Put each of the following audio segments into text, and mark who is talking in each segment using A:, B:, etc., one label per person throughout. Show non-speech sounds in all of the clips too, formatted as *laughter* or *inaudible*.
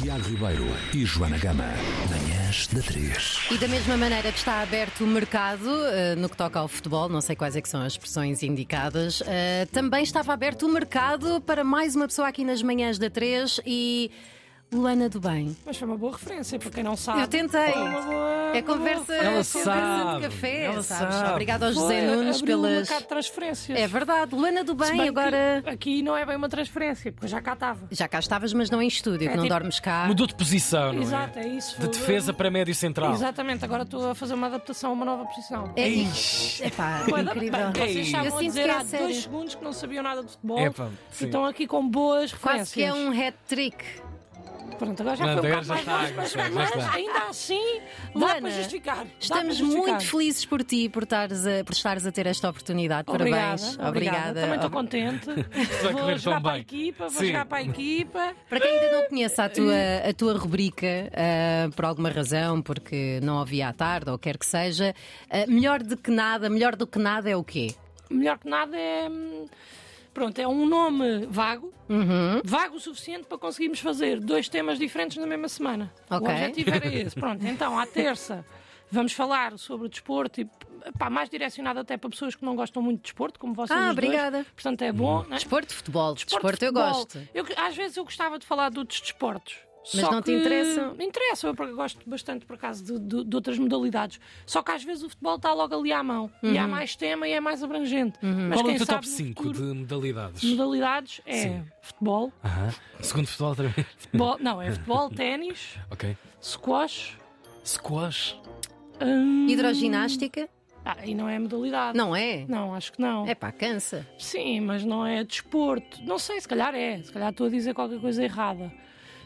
A: Tiago Ribeiro e Joana Gama. Manhãs da 3.
B: E da mesma maneira que está aberto o mercado eh, no que toca ao futebol, não sei quais é que são as expressões indicadas, eh, também estava aberto o mercado para mais uma pessoa aqui nas manhãs da 3 e Luana do Bem.
C: Mas foi uma boa referência, para quem não sabe.
B: Eu tentei.
C: Foi uma Ah, boa-
B: É conversa,
C: uma boa-
B: conversa
D: sabe,
B: de café,
D: ela
B: sabes?
D: sabe.
B: Obrigada ao
C: Foi,
B: José Nunes
C: abriu um
B: pelas.
C: mercado de transferências.
B: É verdade, Luana do
C: Se
B: Bem,
C: bem que
B: agora.
C: Aqui não é bem uma transferência, porque já cá estava.
B: Já cá estavas, mas não em estúdio, que não
C: tipo-
B: dormes cá.
D: Mudou de posição, não é?
C: Exato, é isso.
D: De defesa para médio central.
C: Exatamente, agora estou a fazer uma adaptação a uma nova posição.
B: É,
D: Eish.
B: epá,
C: Uma
B: incrível.
C: adaptação. Vocês
B: Eu
C: estavam a
B: sinto que
C: dizer
B: é
C: há
B: sério.
C: dois segundos que não sabiam nada de futebol
D: Epá,
C: e
D: É, sim.
C: estão aqui com boas referências.
B: Quase que é um hat-trick.
C: Pronto, agora já
D: Não,
C: foi um bocado
D: agora já
C: mais
D: está,
C: longe, mas,
D: agora já está.
C: mas ainda assim, dá
B: Luana,
C: para justificar. Dá para
B: Estamos
C: justificar.
B: muito felizes por ti, por estares a, por estares a ter esta oportunidade.
C: Obrigada,
B: Parabéns.
C: obrigada. Também estou
B: Ob-
C: contente.
D: vai
C: vou
D: correr
C: jogar
D: tão
C: para a
D: bem.
C: equipa, vou
D: Sim.
C: jogar para a equipa.
B: Para quem ainda não conhece a tua, a tua rubrica, ah, por alguma razão, porque não havia à tarde ou quer que seja, ah, melhor do que nada, melhor do que nada é o quê?
C: Melhor que nada é. hum, Pronto, é um nome vago,
B: Uhum.
C: vago o suficiente para conseguirmos fazer dois temas diferentes na mesma semana.
B: Ok.
C: O objetivo era esse. Pronto, então, à terça vamos falar sobre o desporto e pá, mais direcionado até para pessoas que não gostam muito de desporto, como vocês
B: Ah,
C: os dois.
B: obrigada.
C: Portanto, é bom. né?
B: Desporto, futebol, desporto, eu
C: futebol.
B: gosto.
C: Eu que- às vezes eu gostava de falar de outros desportos.
B: Mas
C: só
B: não te
C: que-
B: interessam?
C: Interessa, eu porque gosto bastante, por acaso, de, de- de outras modalidades. Só que às vezes o futebol está logo ali à mão. E há
B: Uhum.
C: mais tema e é mais abrangente. Mas
D: Qual é o
C: quem
D: teu
C: sabe
D: top
C: no
D: 5
C: futuro,
D: de modalidades?
C: modalidades? É
D: Sim. Ah.
C: futebol,
D: Aham. Segundo futebol outra vez.
C: futebol- Não,
D: *laughs*
C: é futebol, ténis,
D: Ok.
C: squash.
D: Squash.
C: hum,
B: Hidroginástica?
C: Ah, e não é modalidade.
B: Não é?
C: Não, acho que não.
B: É pá, cansa.
C: Sim, mas não é desporto. Não sei, se calhar é. Se calhar estou a dizer qualquer coisa errada.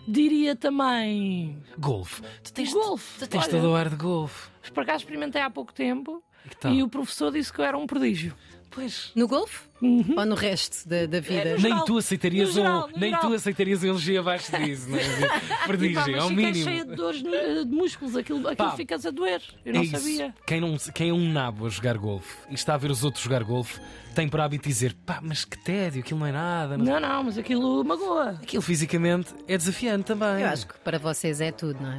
C: Diria também.
D: Golfe. Tu tens,
C: Golfe.
D: tu tens
C: Olha,
D: todo o ar de golfe.
C: Por acaso experimentei há pouco tempo
D: E que tal?
C: e o professor disse que eu era um prodígio.
D: Pois.
B: No golfe? Ou no resto da, da vida?
C: Uhum. É, no-
D: Nem
C: geral,
D: tu aceitarias
C: no geral,
D: um,
C: no
D: nem
C: geral.
D: tu aceitarias um elogio abaixo
C: *laughs*
D: disso, não é?
C: E pá,
D: Prodígio,
C: mas
D: ao
C: fiquei
D: mínimo.
C: cheia de dores eh, de músculos, aquilo, aquilo
D: Pá,
C: ficas a doer. Eu não
D: É isso.
C: sabia.
D: Quem, não, quem é um nabo a jogar golfe e está a ver os outros jogar golfe tem por hábito dizer pá, mas que tédio, aquilo não é nada. mas-"
C: Não, não, mas aquilo magoa.
D: Aquilo fisicamente é desafiante também.
B: Eu acho que para vocês é tudo, não é?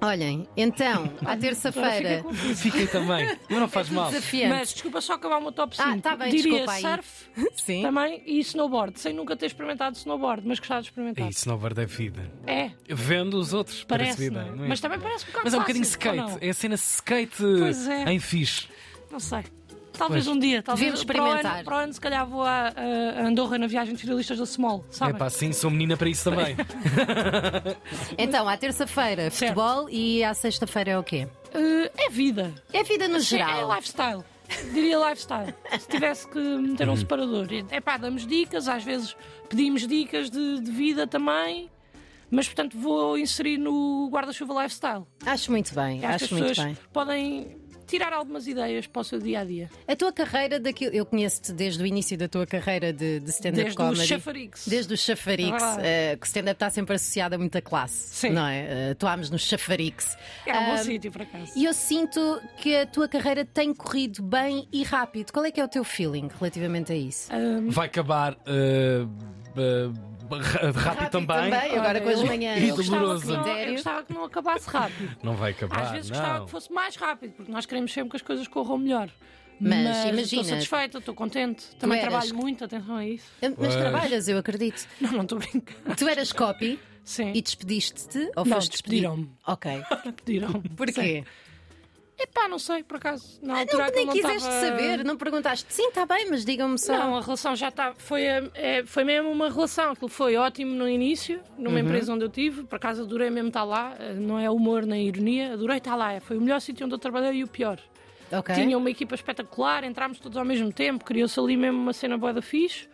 B: Olhem, então, à
C: Agora fica
B: terça-feira. é
C: confuso. *laughs*
D: Fiquei também,
C: É
D: mas não faz mal.
B: Desafiante.
C: Mas desculpa só acabar o meu top 5.
B: Ah, tá bem,
C: Diria
B: desculpa aí.
C: surf
B: Sim.
C: também e snowboard, sem nunca ter experimentado snowboard, mas gostava de
D: É
C: experimentar.
D: isso, snowboard é vida.
C: É,
D: Vendo os outros,
C: parece.
D: parece vida.
C: não é?
D: não é?
C: Mas também parece um bocado
D: Mas é um bocadinho
C: fácil, ou
D: skate. É a cena skate
C: Pois é.
D: em fixe.
C: Não? não sei. Talvez um dia, talvez
B: Devíamos
C: para o ano-
B: experimentar.
C: Para o ano, se calhar, vou a, a Andorra na viagem de finalistas da Small,
D: É
C: sabe?
D: pá, sim, sou menina para
C: *laughs*
D: isso também.
B: Então, à terça-feira, futebol e à sexta-feira é o quê?
C: Eh, é vida.
B: É vida no
C: É
B: geral.
C: lifestyle. Diria lifestyle. Se tivesse que meter um separador. É pá, damos dicas, às vezes pedimos dicas de, de vida também. Mas, portanto, vou inserir no guarda-chuva lifestyle.
B: Acho muito bem,
C: Eu Acho,
B: acho
C: que as
B: muito
C: pessoas
B: bem.
C: podem tirar algumas ideias para o seu dia a dia.
B: A tua carreira daquilo. Eu conheço-te desde o início da tua carreira de, de stand-up
C: Desde
B: comedy.
C: os chafarix.
B: Desde os chafarix,
C: É verdade.
B: eh, que o stand-up está sempre associado a muita classe.
C: Sim.
B: Não é? Eh, atuámos nos chafarix.
C: Era um bom
B: Ah,
C: sítio, por acaso.
B: E eu sinto que a tua carreira tem corrido bem e rápido. Qual é que é o teu feeling relativamente a isso?
C: Ah,
D: Vai acabar eh, eh, ra- rápido, também.
B: agora com as
C: eu-
B: manhãs.
D: E
C: Eu gostava, que
D: doloroso.
C: não, eu
B: Critério.
C: gostava que não acabasse rápido.
D: Não vai
C: Às
D: acabar.
C: vezes gostava
D: não.
C: que fosse mais rápido, porque nós queremos sempre que as coisas corram melhor.
B: Mas imagina-
C: Estou satisfeita, estou contente. Também
B: eras-
C: trabalho muito, atenção a isso. *laughs*
B: Eh, Mas
D: Pois.
B: trabalhas, eu acredito.
C: Não, não estou a brincar.
B: Tu eras copy
C: Sim.
B: e despediste-te? Ou
C: Não,
B: foste despedido?
C: despediram-me. *laughs*
B: Ok.
C: pediram.
B: *laughs* Porquê? Ah,
C: Epá, não sei, por acaso. Na altura
B: Não,
C: aquilo
B: nem
C: não
B: quiseste
C: estava-
B: saber, não perguntaste. Sim, está bem, mas digam-me só.
C: Não, a relação já está. Foi, eh, eh, foi mesmo uma relação. Aquilo foi ótimo no início, numa
B: Uhum.
C: empresa onde eu tive. Por acaso adorei mesmo estar lá. eh, Não é humor nem ironia. Adorei estar lá. Foi o melhor sítio onde eu trabalhei e o pior.
B: ok.
C: Tinha um- uma equipa espetacular, entrámos todos ao mesmo tempo, criou-se ali mesmo uma cena boa da fixe.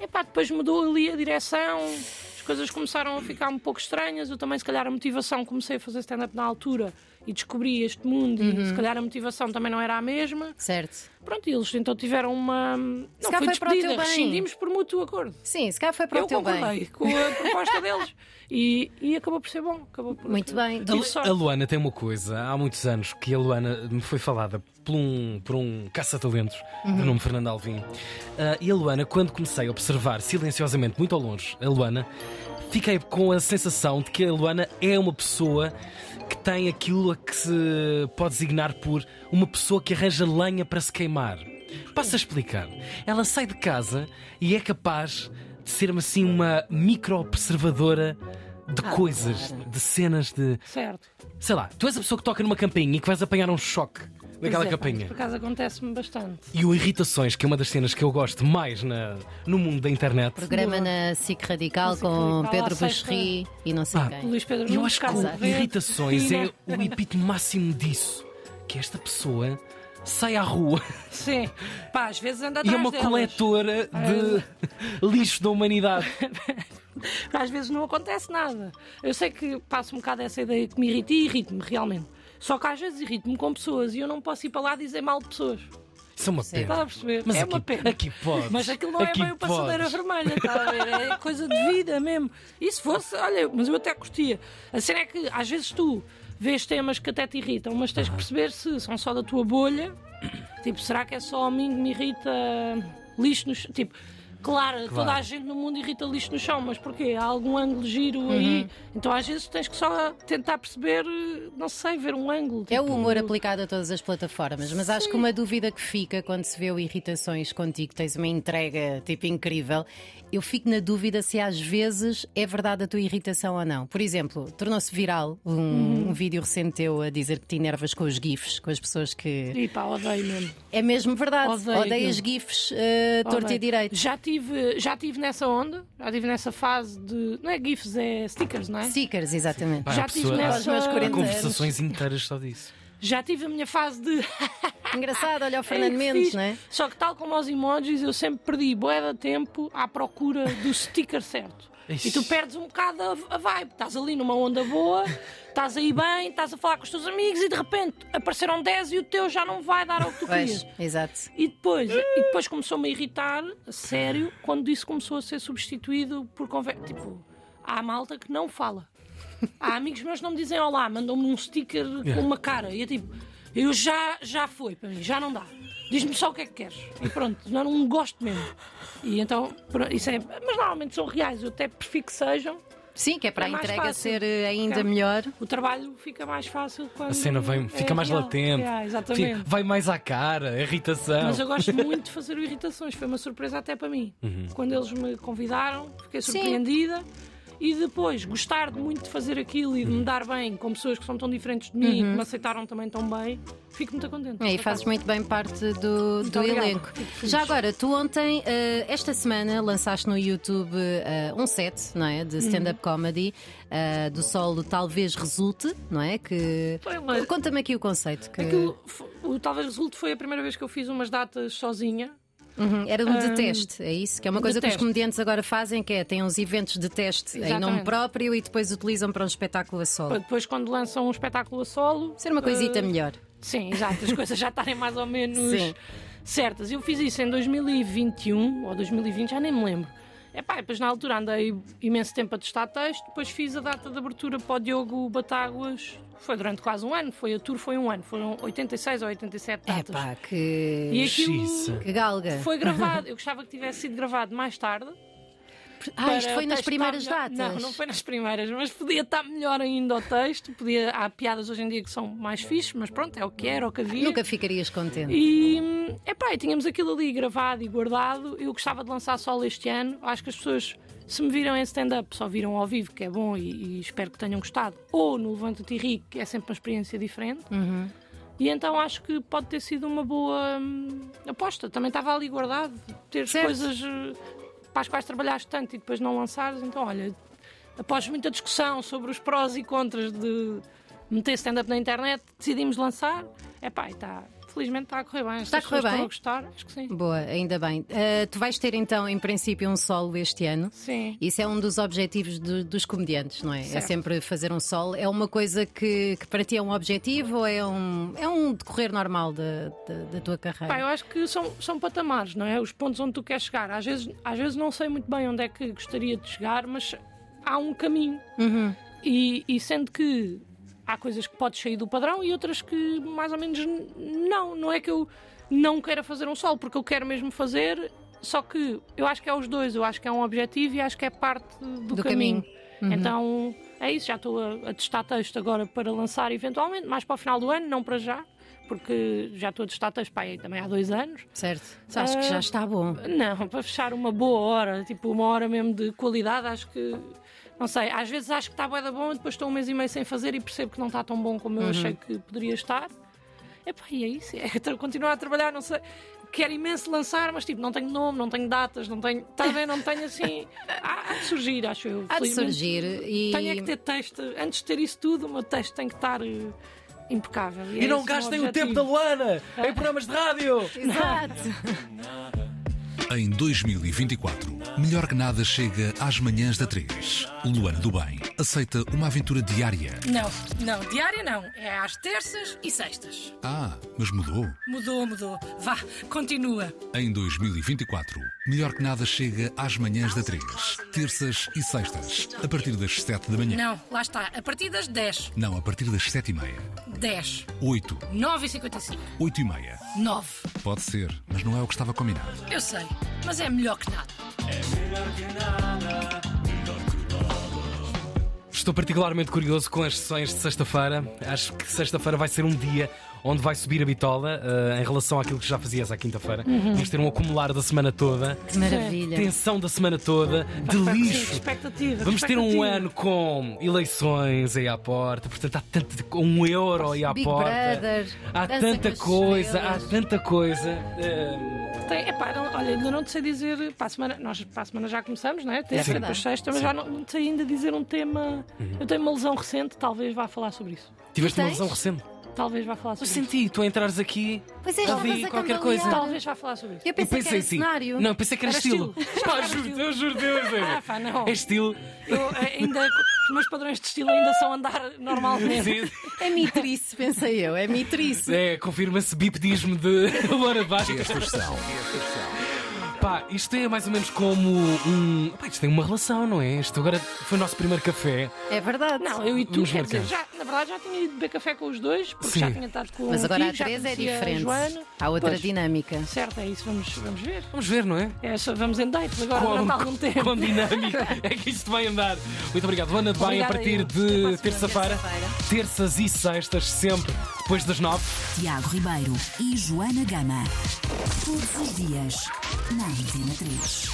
C: Epá, depois mudou ali a direção, as coisas começaram a ficar um pouco estranhas. Eu também, se calhar, a motivação, comecei a fazer stand-up na altura e descobri este mundo.
B: Uhum.
C: E se calhar a motivação também não era a mesma.
B: Certo.
C: Pronto, e eles então tiveram uma. Não
B: calhar
C: foi
B: foi para o teu
C: despedida,
B: bem.
C: rescindimos por mútuo acordo.
B: Sim, se calhar foi para
C: eu
B: o teu
C: concordei
B: bem.
C: com a proposta deles e, e acabou por ser bom. Acabou por
B: Muito bem.
C: Tive
D: A
C: sorte.
D: Luana tem uma coisa, há muitos anos que a Luana me foi falada por um, por um caça-talentos do nome Fernando Alvim. Ah, e a Luana, quando comecei a observar silenciosamente, muito ao longe, a Luana fiquei com a sensação de que a Luana é uma pessoa que tem aquilo a que se pode designar por uma pessoa que arranja lenha para se queimar. Passo a explicar. Ela sai de casa e é capaz de ser assim uma micro-observadora de
B: Ah,
D: coisas,
B: claro.
D: de cenas de.
C: Certo.
D: Sei lá, tu és a pessoa que toca numa campainha e que vais apanhar um choque daquela
C: Pois é,
D: campainha.
C: Por acaso acontece-me bastante.
D: E o Irritações, que é uma das cenas que eu gosto mais na- no mundo da internet.
B: Programa na SIC Radical
C: SIC
B: com
C: Radical,
B: Pedro
C: à sexta.
B: Buxerri e não sei
D: Ah,
B: quem.
C: Luís Pedro
D: E eu
C: Nunes,
D: acho que
C: Casa
D: o
C: Verde,
D: Irritações é
C: Cristina.
D: o epítome máximo disso. Que esta pessoa sai à rua
C: Sim. Pá, às vezes anda
D: e
C: atrás
D: é uma
C: delas.
D: coletora de lixo da humanidade.
C: *laughs* Às vezes não acontece nada. Eu sei que passo um bocado essa ideia que me irrita e irrita-me realmente. Só que às vezes irrito-me com pessoas e eu não posso ir para lá dizer mal de pessoas.
D: Isso é uma
C: Estás a
D: pena.
C: perceber?
D: Mas
C: é
D: aqui,
C: uma pena.
D: aqui podes.
C: Mas aquilo não
D: aqui
C: é bem o passadeira
D: podes.
C: vermelha, está a ver? É coisa de vida mesmo. E se fosse, olha, mas eu até curtia. A cena é que às vezes tu vês temas que até te irritam, mas tens que perceber se são só da tua bolha. Tipo, será que é só a mim que me irrita lixo no chão? Tipo, claro, toda a gente no mundo irrita lixo no chão, mas porquê? Há algum ângulo giro
D: Uhum.
C: aí? Então às vezes tens que só tentar perceber, não sei, ver um ângulo.
B: É o
C: tipo,
B: humor aplicado a todas as plataformas, mas acho que uma dúvida que fica quando se vê o irritações contigo, tens uma entrega tipo incrível. Eu fico na dúvida se às vezes é verdade a tua irritação ou não. Por exemplo, tornou-se viral um,
C: Uhum.
B: um vídeo recente teu a dizer que te enervas com os GIFs, com as pessoas que.
C: E pá, odeio mesmo.
B: É mesmo verdade,
C: Odeio.
B: odeias GIFs eh, torto
C: Ora
B: e
C: bem,
B: direito.
C: Já tive, já tive nessa onda, já tive nessa fase de. Não é GIFs, é stickers, não é?
B: Stickers, exatamente.
D: Pá,
C: Já
D: a
C: tive
D: pessoa-
C: nessa-
D: há-
B: Aos meus
D: há
B: 40
D: conversações inteiras só disso.
C: Já tive a minha fase de. *laughs*
B: Engraçado, olha o
C: "Ei,
B: Fernando
C: que
B: Mendes,
C: fixe".
B: não é?
C: Só que, tal como aos emojis, eu sempre perdi boa de tempo à procura do sticker certo.
D: Ixi.
C: E tu perdes um bocado a, a vibe. Estás ali numa onda boa, estás aí bem, estás a falar com os teus amigos e de repente apareceram 10 e o teu já não vai dar ao que tu querias.
B: Pois, exato.
C: E depois, e depois começou-me a irritar, a sério, quando isso começou a ser substituído por conversa. Tipo, há malta que não fala. Há amigos meus que não me dizem olá, mandam-me um sticker com uma cara. E é tipo, eu já, já foi para mim, já não dá. Diz-me só o que é que queres. E pronto, não, não gosto mesmo. E então, pronto, isso é. Mas normalmente são reais, eu até prefiro que sejam.
B: Sim, que é para
C: É
B: a
C: mais
B: entrega
C: fácil.
B: ser eh, ainda
C: Fica-
B: melhor.
C: O trabalho fica mais fácil quando.
D: A cena vem,
C: é
D: fica mais
C: real.
D: latente.
C: É, exatamente.
D: Fica- vai mais à cara, a irritação.
C: Mas eu gosto muito de fazer o irritações, foi uma surpresa até para mim. Quando eles me convidaram, fiquei
B: Sim.
C: surpreendida. E depois, gostar de muito de fazer aquilo e de me dar bem com pessoas que são tão diferentes de mim e que me aceitaram também tão bem, fico muito contente.
B: É, Uhum. e fazes muito bem parte do, do
C: obrigada.
B: elenco.
C: Fico feliz.
B: Já agora, tu ontem, eh, esta semana, lançaste no YouTube eh, um set não é? de
C: Uhum.
B: stand-up comedy eh, do solo Talvez Resulte, não é? Que...
C: Foi uma-
B: Conta-me aqui o conceito. Que...
C: Aquilo, fo- o Talvez Resulte foi a primeira vez que eu fiz umas datas sozinha.
B: Uhum, Era um de teste, é isso? Que é uma
C: de
B: coisa que os
C: teste.
B: comediantes agora fazem, que é têm uns eventos de teste em nome
C: Exatamente.
B: próprio e depois utilizam para um espetáculo a
C: Para
B: solo.
C: depois, quando lançam um espetáculo a solo.
B: Ser uma coisita
C: eh,
B: melhor.
C: Sim, exato, as coisas já estarem mais ou menos
B: Sim.
C: certas. Eu fiz isso em 2021 ou 2020, já nem me lembro. É pá, depois na altura andei imenso tempo a testar texto, depois fiz a data de abertura para o Diogo Batáguas, foi durante quase um ano, foi a tour, foi um ano, foram 86 ou 87
B: É
C: datas.
B: pá, que...
C: e aquilo
D: Xiça.
B: que galga.
C: foi gravado, eu gostava que tivesse sido gravado mais tarde.
B: ah, isto
C: para
B: foi nas
C: testar
B: primeiras
C: melhor.
B: datas.
C: Não, não foi nas primeiras, mas podia estar melhor ainda o texto, podia, há piadas hoje em dia que são mais fixes, mas pronto, é o que era, é o que havia.
B: Nunca ficarias contente.
C: E hum, epá, e tínhamos aquilo ali gravado e guardado. Eu gostava de lançar solo este ano. Acho que as pessoas, se me viram em stand-up, só viram ao vivo, que é bom e, e espero que tenham gostado. Ou no Levanta-te e Ri, que é sempre uma experiência diferente. E então acho que pode ter sido uma boa hum, aposta. Também estava ali guardado, ter
B: Certo.
C: coisas eh, para as quais trabalhaste tanto e depois não lançares. Então, olha, após muita discussão sobre os prós e contras de meter stand-up na internet, decidimos lançar. Epá, e está. Felizmente está a correr bem.
B: Está a
C: As
B: correr
C: pessoas
B: bem?
C: Estão a gostar, acho que sim.
B: Boa, ainda bem. Ah, tu vais ter então, em princípio, um solo este ano.
C: Sim.
B: Isso é um dos objetivos do- dos comediantes, não é? É
C: Certo.
B: sempre fazer um solo. É uma coisa que, que para ti é um objetivo ou é um, é um decorrer normal da, da- da tua carreira?
C: Pá, eu acho que são, são patamares, não é? Os pontos onde tu queres chegar. Às vezes, às vezes não sei muito bem onde é que gostaria de chegar, mas há um caminho. E, e sendo que há coisas que podes sair do padrão e outras que mais ou menos n- não. Não é que eu não queira fazer um solo, porque eu quero mesmo fazer, só que eu acho que é os dois. Eu acho que é um objetivo e acho que é parte do,
B: Do caminho.
C: caminho. Então é isso, já estou a, a testar texto agora para lançar eventualmente, mais para o final do ano, não para já, porque já estou a testar texto pá, aí também há dois anos.
B: Certo. Então, Acho que já está bom.
C: Não, para fechar uma boa hora, tipo uma hora mesmo de qualidade, acho que. Não sei, às vezes acho que está bué da bom e depois estou um mês e meio sem fazer e percebo que não está tão bom como eu
D: Uhum.
C: achei que poderia estar. Epá, e é isso, é tra- continuar a trabalhar, não sei. Quero imenso lançar, mas tipo, não tenho nome, não tenho datas, não tenho. Está a ver, não tenho
D: *laughs*
C: assim. Há, há de surgir, acho eu.
B: Há de
C: felizmente.
B: surgir e.
C: Tenho é que ter texto. Antes de ter isso tudo, o meu texto tem que estar eh, impecável. é
D: E não
C: esse meu
D: gastem o tempo
C: objetivo.
D: da Luana em programas de rádio.
B: Exato.
A: Em 2024, Melhor que Nada chega às manhãs da 3. Luana do Bem aceita uma aventura diária.
E: Não, não, diária não. É às terças e sextas.
A: Ah, mas mudou.
E: Mudou, mudou. Vá, continua.
A: Em 2024, Melhor que Nada chega às manhãs da 3. Terças e sextas, a partir das 7 da manhã.
E: Não, lá está. A partir das 10.
A: Não, a partir das 7 e meia.
E: 10.
A: 8,
E: 9 e 55.
A: 8 e meia.
E: 9.
A: Pode ser, mas não é o que estava combinado.
E: Eu sei, mas é melhor que nada.
D: Estou particularmente curioso com as sessões de sexta-feira. Acho que sexta-feira vai ser um dia onde vai subir a bitola eh, em relação àquilo que já fazias à quinta-feira. Vamos ter um acumular da semana toda,
B: *laughs* Que Uhum. maravilha.
D: tensão da semana toda, de
C: Sim,
D: lixo.
C: Expectativa.
D: Vamos ter um
C: expectativa.
D: ano com eleições aí à porta, portanto há tanto com um euro aí à
B: Big
D: porta.
B: Brother,
D: há
B: Dança
D: tanta
B: com as
D: coisa, há
B: Estrelas.
D: tanta coisa. eh,
C: Tem, epá, não- olha, ainda não te sei dizer. Para a semana, nós para a semana já começamos, não é? Terça,
D: Sim. Uhum.
C: depois sexta, mas já não, não te sei ainda dizer um tema. Eu tenho uma lesão recente, talvez vá falar sobre isso.
D: Tiveste uma
B: Tens?
D: lesão recente?
C: Talvez vá falar
D: Eu
C: sobre isso.
D: senti, tu a entrares aqui.
B: Pois é,
D: Eu
B: estavas
D: vi
B: a
D: qualquer
B: cambalear.
D: coisa.
C: Talvez vá falar sobre isso.
B: Eu pensei, que era
D: assim,
B: cenário.
D: Não, pensei que era,
C: Era
D: estilo.
C: estilo.
D: *laughs* Pá,
C: Era
D: juro,
C: estilo.
D: eu juro Deus,
C: *laughs* Ah, pá, não.
D: é estilo.
C: Eu, eh, ainda, os meus padrões de estilo ainda são andar normalmente.
D: Sim,
B: É mitrice, pensei eu. É
D: *laughs*
B: mitrice.
D: É, confirma-se bipedismo de *laughs* Laura Vasco.
A: Estas são
D: Pá, isto é mais ou menos como um. Pá, isto tem uma relação, não é? Isto agora foi o nosso primeiro café.
B: É verdade.
C: Não, eu e tu,
D: Vamos
C: quer dizer,
D: marcar.
C: já, na verdade já tinha ido beber café com os dois, porque
D: Sim.
C: já tinha estado com
B: Mas agora
C: a
B: a três é diferente.
C: Joana.
B: Há outra
C: Pois,
B: dinâmica.
C: Certo, é isso, vamos, vamos ver.
D: Vamos ver, não é?
C: É, só vamos em dates agora
D: Quão-
C: durante algum tempo. *laughs*
D: Quão dinâmico é que isto vai andar. Muito obrigado, Luana de Bem, a
C: Obrigada
D: partir
C: eu.
D: de
C: Até para a semana.
D: terça-feira, terças e sextas, sempre depois das nove.
F: Tiago Ribeiro e Joana Gama. Todos os dias, na Antena 3.